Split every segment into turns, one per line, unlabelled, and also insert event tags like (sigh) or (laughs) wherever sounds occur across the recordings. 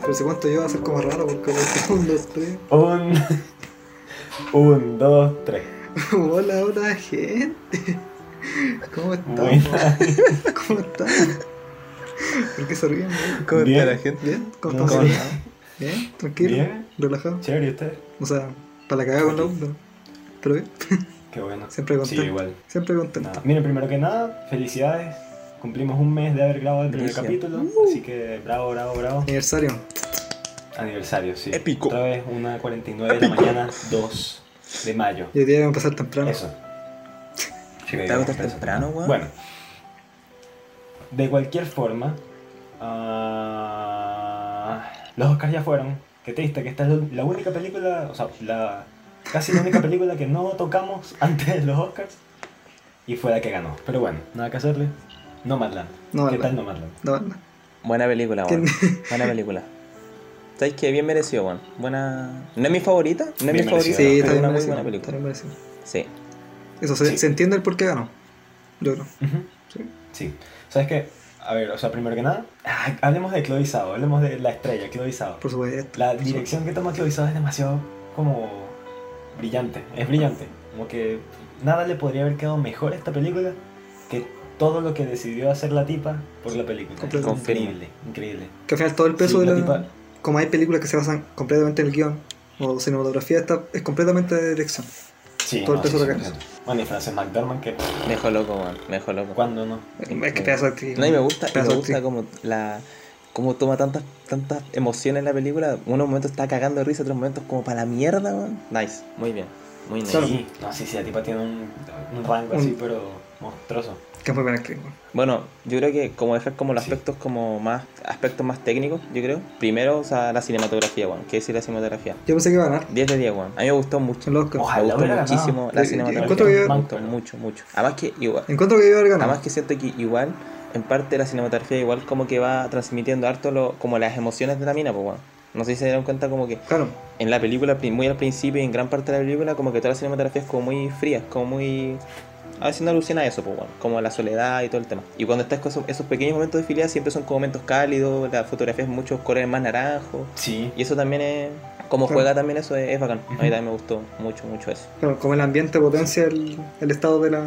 Pero si cuánto yo va a ser como raro porque lo un, dos, tres.
Un. Un, dos, tres.
Hola, hola gente. (laughs) ¿Cómo
Buena.
estás? (laughs) ¿Cómo estás? ¿Por qué se ríen? güey?
¿Cómo
Bien.
está la gente?
¿Bien? ¿Cómo
No,
estás?
¿cómo
Bien.
está?
¿Bien? ¿Tranquilo?
Bien.
¿Relajado?
Chévere, ¿y usted?
O sea, para la cagada con la onda. Pero bien,
Qué bueno.
siempre
Sí,
contento.
igual.
Siempre contento.
Nada. Miren, primero que nada, felicidades. Cumplimos un mes de haber grabado el primer
Brígido.
capítulo. Así que bravo, bravo, bravo.
Aniversario.
Aniversario, sí.
Épico.
Otra vez, una 49 de la mañana, 2 de mayo.
Yo día deben pasar temprano.
Eso. Sí, me
Te hago
digo,
tan
eso.
temprano, weón.
Bueno. De cualquier forma, ah, los Oscars ya fueron. Qué triste, que esta es la única película, o sea, la, casi la única película que no tocamos (laughs) antes de los Oscars. Y fue la que ganó. Pero bueno, nada que hacerle. Nomadland. ¿Qué
Nomadland.
tal Nomadland?
No, no.
Buena película, weón.
¿Quién?
Buena película. ¿Sabes qué? Bien merecido, weón. Buena. No es mi favorita, no es
Bien
mi
merecido.
Sí,
Sí,
favorita,
está
pero es
bien
una muy
merecido.
buena
Está
película.
bien merecido.
Sí.
Eso, se,
Sí.
se entiende el por qué ganó. Yo creo.
Ujú.
Sí.
Sí. ¿Sabes qué? A ver, o sea, primero que nada, ah, hablemos de Chloe Zhao, hablemos de la estrella, Chloe Zhao.
Por supuesto.
La dirección que toma Chloe Zhao es demasiado como brillante, es brillante. Como que nada le podría haber quedado mejor a esta película que todo lo que decidió hacer la tipa por la película.
Completamente.
Increíble, increíble.
Que al final todo el peso
Sí,
de
la
la.
tipa-
Como hay películas que se basan completamente en el guión o cinematografía, esta es completamente de dirección.
Sí,
Todo el
no,
peso
sí,
de la
sí,
canción.
sí. Bueno, y Frances McDormand que pff,
Mejor loco, weón. Mejor loco.
cuando no.
Es que pedazo de actriz.
No, y me gusta, y
Pedazo
me
de
gusta
actriz.
como la cómo toma tantas tantas emociones en la película. Unos momentos está cagando de risa, otros momentos como para la mierda, weón. Nice, muy bien, muy nice.
Claro.
Sí, no, sí, sí, la tipa tiene un, un rango así, pero monstruoso.
Que es muy buena actriz. güey.
Bueno, yo creo que como dejar como los
Sí.
aspectos como más aspectos más técnicos, yo creo. Primero, o sea, la cinematografía, weón. ¿Qué decir la cinematografía?
Yo pensé que iba a ganar.
10 de 10, weón. A mí me gustó mucho.
El Oscar.
Ojalá.
Me gustó
hubiera ganado. Eh,
muchísimo
Yo-
la
yo encuentro
cinematografía.
que-
Me gustó mucho, mucho. Además que igual,
Encuentro que iba a haber ganado.
Además que siento que igual, en parte la cinematografía igual como que va transmitiendo harto lo, como las emociones de la mina, pues bueno. No sé si se dieron cuenta como que
Claro.
en la película, pri- muy al principio y en gran parte de la película, como que toda la cinematografía es como muy fría, es como muy... A veces no alucina a eso, pues bueno, como a la soledad y todo el tema. Y cuando estás con esos, esos pequeños momentos de filia siempre son como momentos cálidos, la fotografía es muchos colores más naranjos.
Sí,
Y eso también es... Como
Claro.
juega también eso es, es bacán. A mí
Ujú.
también me gustó mucho, mucho eso.
Claro, como el ambiente potencia el, el estado de la,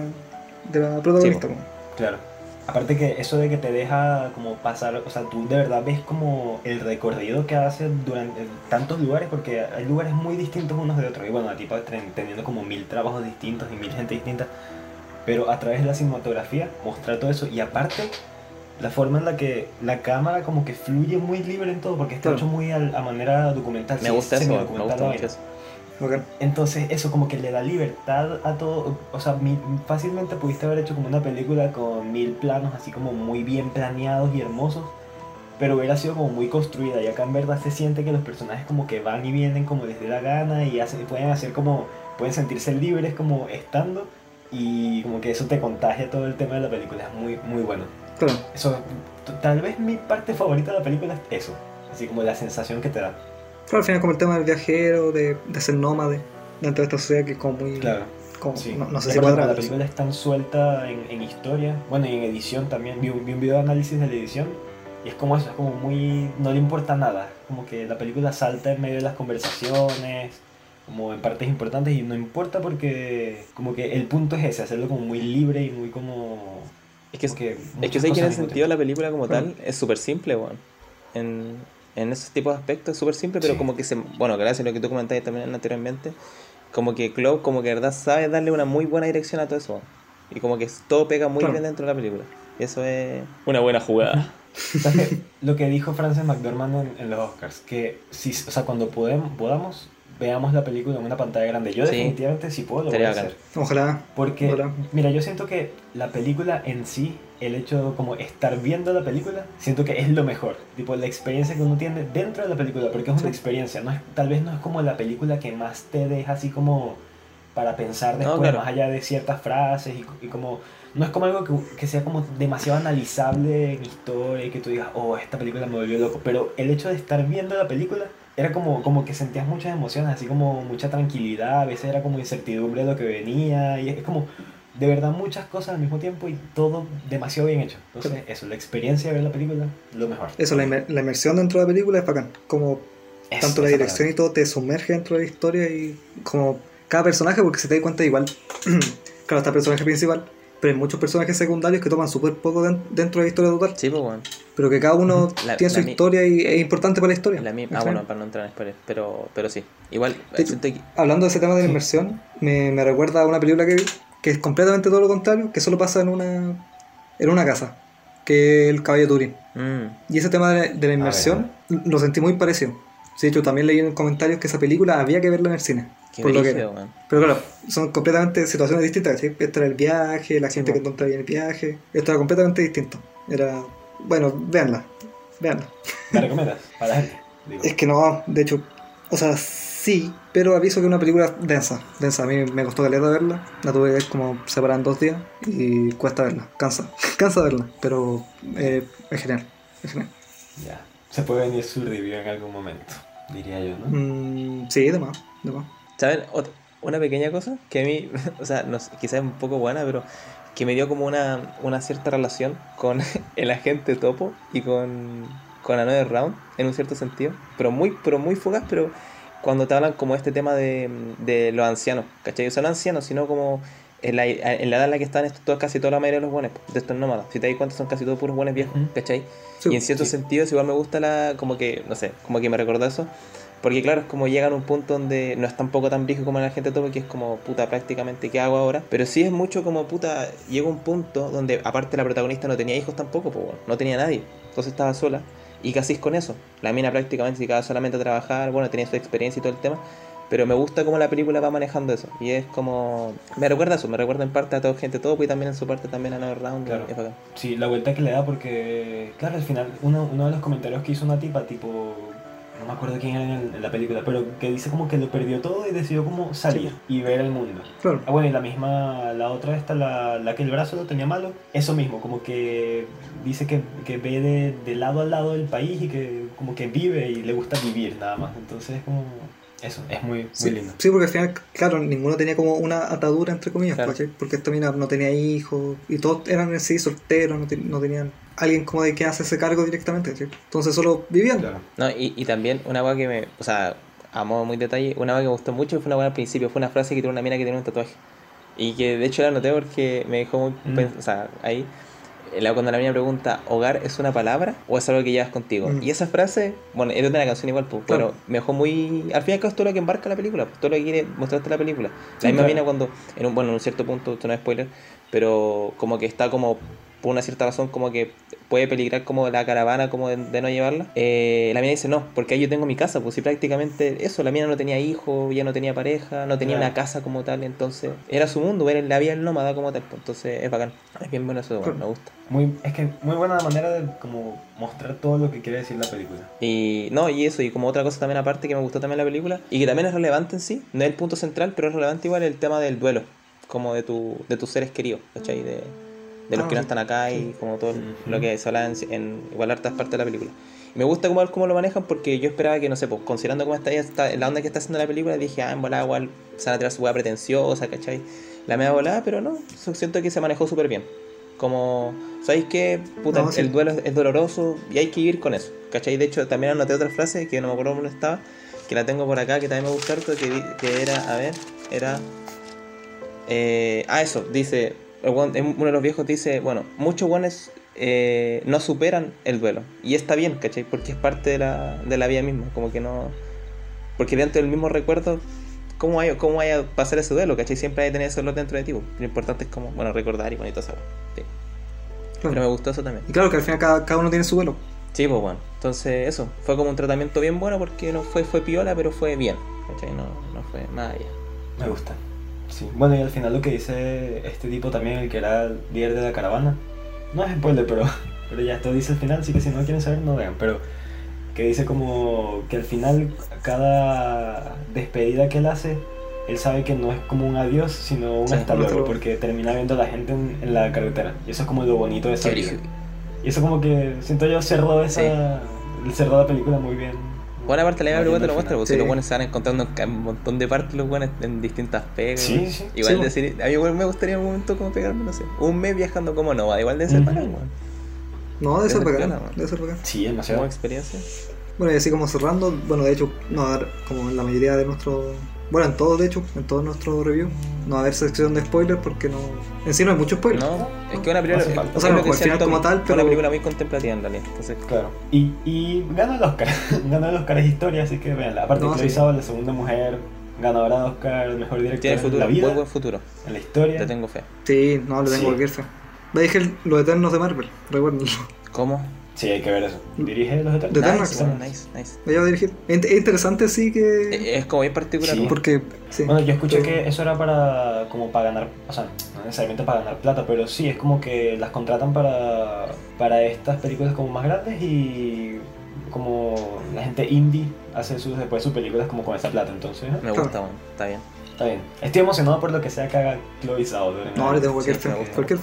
de la protagonista.
Sí,
güey.
Claro. Aparte que eso de que te deja como pasar, o sea, tú de verdad ves como el recorrido que hace durante en tantos lugares, porque hay lugares muy distintos unos de otros. Y bueno, la tipa ten- teniendo como mil trabajos distintos y mil gente distinta. Pero a través de la cinematografía mostrar todo eso. Y aparte, la forma en la que la cámara como que fluye muy libre en todo, porque está
Claro.
hecho muy al- a, manera documental.
Me
Ah, sí,
gusta eso, me
semidocumental
gusta
la
mucho
vaina.
eso.
Bacán.
Entonces eso como que le da libertad a todo. O sea, mi- fácilmente pudiste haber hecho como una película con mil planos así como muy bien planeados y hermosos. Pero hubiera sido como muy construida y acá en verdad se siente que los personajes como que van y vienen como les dé la gana y hacen, pueden hacer como, pueden sentirse libres como estando y como que eso te contagia todo el tema de la película, es muy, muy bueno.
Claro.
Eso, t- tal vez mi parte favorita de la película es eso, así como la sensación que te da.
Claro, al final como el tema del viajero, de, de ser nómade dentro de esta sociedad que es como muy... como-
Sí.
no, no sé
Es
si
verdad,
cuadra.
La película es tan suelta en, en historia, bueno, y en edición también. Vi, un- vi un video de análisis de la edición y es como eso, es como muy. No le importa nada. Como que la película salta en medio de las conversaciones, como en partes importantes y no importa porque, como que el punto es ese, hacerlo como muy libre y muy como.
Es que
como que
Es que
muchas
sé que en
cosas
el
al mismo
sentido de la película como
Claro.
tal es súper simple, weón. En, en esos tipos de aspectos es súper simple, pero
Sí.
como que se... Bueno, gracias a lo que tú comentaste también anteriormente, como que Cloud como que de verdad sabe darle una muy buena dirección a todo eso, weón. Y como que todo pega muy
Claro.
bien dentro de la película. Y eso es una buena jugada.
¿Sabes qué? lo que dijo Frances McDormand en, en los Oscars? Que si, o sea, cuando podem- podamos, veamos la película en una pantalla grande. Yo
Sí.
definitivamente si puedo lo voy
Estaría
a
bacán.
hacer.
Ojalá.
Porque,
Ojalá.
mira, yo siento que la película en sí, el hecho de como estar viendo la película, siento que es lo mejor. Tipo, la experiencia que uno tiene dentro de la película, porque es una
Sí.
experiencia. No es, tal vez no es como la película que más te deja así como para pensar después,
claro.
más allá de ciertas frases y, co- y como... No es como algo que, que sea como demasiado analizable en historia y que tú digas, oh, esta película me volvió loco. Pero el hecho de estar viendo la película era como, como que sentías muchas emociones, así como mucha tranquilidad, a veces era como incertidumbre de lo que venía, y es como de verdad muchas cosas al mismo tiempo y todo demasiado bien hecho. Entonces, eso, la experiencia de ver la película, lo mejor.
Eso, la, inmer- la inmersión dentro de la película es bacán. Como
Eso,
tanto la
esa
dirección y todo te sumerge dentro de la historia y como cada personaje, porque se te da cuenta igual, (clears throat) claro, está el personaje principal, pero hay muchos personajes secundarios que toman súper poco den- dentro de la historia total,
(laughs) Sí, pues, weón.
pero que cada uno
La-
tiene
la
su
mi-
historia y es importante para la historia.
La mi- Ah,
¿cachai?
bueno, para no entrar en spoilers, pero, pero sí. Igual,
Sí.
siento que-
Hablando de ese tema de la inmersión, me, me recuerda a una película que vi, que es completamente todo lo contrario, que solo pasa en una, en una casa, que es El Caballo de Turín.
mm,
Y ese tema de la,
Ah,
de la inmersión lo sentí muy parecido. Sí, yo también leí en comentarios que esa película había que verla en el cine.
qué
por lo que
brígido,
era.
weón.
Pero claro, son completamente situaciones distintas. ¿sí? Este era el viaje, la gente
po.
que encontraba en el viaje. Esto era completamente distinto. Era. Bueno, véanla. Véanla.
(laughs)
(laughs)
¿La recomiendas? Para la gente. Digo,
Es que no, de hecho, o sea, sí, pero aviso que es una película densa, densa. A mí me costó caleta verla, la tuve que ver como separada en dos días y cuesta verla, cansa, (laughs) cansa verla, pero eh, es genial, es genial.
ya. Se puede venir su review en algún momento, diría yo,
Ah.
¿no?
Mm, sí, de más, de más.
¿Saben? Ot- una pequeña cosa que a mí, (laughs) o sea, no sé, quizás es un poco buena, pero que me dio como una, una cierta relación con (laughs) el agente Topo y con, con Another Round, en un cierto sentido. Pero muy, pero muy fugaz, pero cuando te hablan como este tema de, de los ancianos, ¿cachai? O sea, no ancianos, sino como en la, en la edad en la que están estos, todos- casi toda la mayoría de los buenos, de estos nómadas. Si te das cuenta, son casi todos puros buenos viejos,
Ujú.
¿cachai?
Sí,
y en cierto
sí.
sentido, igual me gusta la. Como que, no sé, como que me recordó eso. Porque claro, es como llegan a un punto donde no es tampoco tan rico como la gente topo, que es como puta prácticamente qué hago ahora. Pero sí es mucho como puta, llega un punto donde aparte la protagonista no tenía hijos tampoco, pues bueno, no tenía nadie. Entonces estaba sola. ¿Y qué hacís con eso? La mina prácticamente se dedicaba solamente a trabajar, bueno, tenía su experiencia y todo el tema. Pero me gusta cómo la película va manejando eso. Y es como... Me recuerda eso, me recuerda en parte a toda gente topo y también en su parte también a Another Round. y-
Claro.
es bacán.
Sí, la vuelta que le da porque, claro, al final uno, uno de los comentarios que hizo una tipa, tipo, no me acuerdo quién era en, el- en la película, pero que dice como que lo perdió todo y decidió como salir y ver el mundo.
claro.
Ah, bueno, y la misma, la otra esta, la, la que el brazo lo tenía malo, eso mismo, como que dice que, que ve de, de lado a lado del país y que como que vive y le gusta vivir nada más. Entonces es como, eso, es muy, muy
Sí,
lindo.
sí, porque al final, claro, ninguno tenía como una atadura, entre comillas,
Claro.
¿cachai? porque esta mina no tenía hijos y todos eran en sí solteros, no, ten- no tenían alguien como de que hace ese cargo directamente, ¿cachai? entonces solo vivían.
Claro.
No, y, y también una agua que me. O sea, a modo muy detalle, una agua que me gustó mucho fue una agua al principio. Fue una frase que tiene una mina que tiene un tatuaje. Y que de hecho la anoté porque me dejó muy.
Mm.
pen- O sea, ahí. eh, la- Cuando la mina pregunta, ¿hogar es una palabra o es algo que llevas contigo?
Mm.
Y esa frase, bueno, es de una canción igual, pues,
Claro.
pero me dejó muy. Al fin y al cabo es todo lo que embarca la película, pues, todo lo que quiere mostrarte la película. La
Sí,
misma
claro.
mina cuando, en un, bueno, en un cierto punto, esto no es spoiler, pero como que está como, por una cierta razón, como que puede peligrar como la caravana, como de, de no llevarla. Eh, la mina dice, no, porque ahí yo tengo mi casa, pues si prácticamente eso, la mina no tenía hijo, ya no tenía pareja, no tenía
Claro.
una casa como tal, entonces era su mundo, era la vida del nómada como tal, pues, entonces es bacán, es bien bueno eso, bueno, me gusta.
Muy, es que muy buena manera de como mostrar todo lo que quiere decir la película.
Y no, y eso, y como otra cosa también aparte que me gustó también la película, y que también es relevante en sí, no es el punto central, pero es relevante igual el tema del duelo, como de, tu, de tus seres queridos, ¿cachai? De, de los
Ah, sí.
que no están acá y como todo
Ujú.
lo que se habla en, en igual hartas partes de la película. Y Me gusta cómo, cómo lo manejan porque yo esperaba que, no sé, pues considerando cómo está, está- la onda que está haciendo la película, dije, ah, en volada igual se van a tirar su hueá pretenciosa, ¿cachai? La media volada, pero no, so- siento que se manejó súper bien. Como, ¿sabéis qué? Puta,
No,
el-
sí.
el duelo es, es doloroso y hay que vivir con eso, ¿cachai? De hecho, también anoté otra frase que no me acuerdo dónde estaba, que la tengo por acá, que también me gusta harto, que, di- que era, a ver, era... Eh, ah, eso, dice. el weón- em, Uno de los viejos dice: Bueno, muchos guanes no superan el duelo. Y está bien, ¿cachai? Porque es parte de la, de la vida misma. Como que no. Porque dentro del mismo recuerdo, ¿cómo hay, cómo hay a pasar ese duelo, cachai? Siempre hay que tener ese dolor dentro de ti. po. Lo importante es como, bueno, recordar y bonito esa wea. Sí.
Mm.
Pero me gustó eso también.
Y claro que al final cada, cada uno tiene su duelo.
Sí, pues bueno. Entonces, eso. Fue como un tratamiento bien bueno porque no fue, fue piola, pero fue bien. ¿cachai? No, no fue más allá.
Me gusta. Sí. Bueno, y al final lo que dice este tipo también, el que era el líder de la caravana, no es spoiler, pero, (laughs) pero ya esto dice al final, así que si no quieren saber, no vean. Pero que dice como que al final cada despedida que él hace, él sabe que no es como un adiós, sino un
Sí,
hasta
un hasta
luego,
luego.
porque termina viendo a la gente en, en la carretera. Y eso es como lo bonito de esa vida. Y eso como que siento yo cerró esa... Cerró la película muy bien.
Buena parte de la
Valiendo
película te lo
al
muestra,
final.
porque si los
Sí.
buenos se van encontrando en ca- un montón de partes, los buenos en distintas pegas.
Sí, sí.
Igual
Sí,
de decir, a mí igual me gustaría un momento como pegarme, no sé, un mes viajando como Nova, igual de ser
Ujú.
bacán, weón.
No, debe ser
Debe ser
bacán,
bacana,
debe ser bacán.
Sí,
Como
demasiado.
experiencia.
Bueno, y así como cerrando, bueno, de hecho, no va a haber, como en la mayoría de nuestros. Bueno, en todos, de hecho, en todos nuestros reviews, no va a haber sección de spoilers porque no. En sí no hay mucho spoiler.
No, es que una
No
película.
hace falta.
O sea,
es
no,
lo que
al final
siento,
como tal,
Una
pero-
película muy contemplativa en realidad. Entonces,
Claro. Y, y ganó el Oscar. (laughs) ganó el Oscar es historia, así que veanla. Aparte,
No,
Chloe
sí.
Zhao, la segunda mujer ganadora de Oscar, mejor
tiene
directora en
futuro,
la
muy
vida,
buen futuro.
en la historia.
Te tengo fe.
Sí, no, le
Sí.
tengo cualquier fe. Le dije los eternos de Marvel, recuerden.
¿Cómo?
Sí, hay que ver eso.
Mm.
Dirige los
The
detalles.
Eternals,
Nice, bueno, nice, nice.
Ella va a dirigir. Int- Es interesante, sí que.
Eh, Es como bien particular.
Sí.
como-
Porque. Sí.
Bueno, yo escuché
Sí.
que eso era para como para ganar, o sea, no necesariamente para ganar plata, pero sí, es como que las contratan para, para estas películas como más grandes y como la gente indie hace sus, después sus películas como con esa plata, entonces ¿no?
Me gusta, bueno, está bien.
está bien. Estoy emocionado por lo que sea que haga Chloe Zhao. de verdad.
No, le tengo cualquier
Sí,
fe.
me gusta.
Cualquier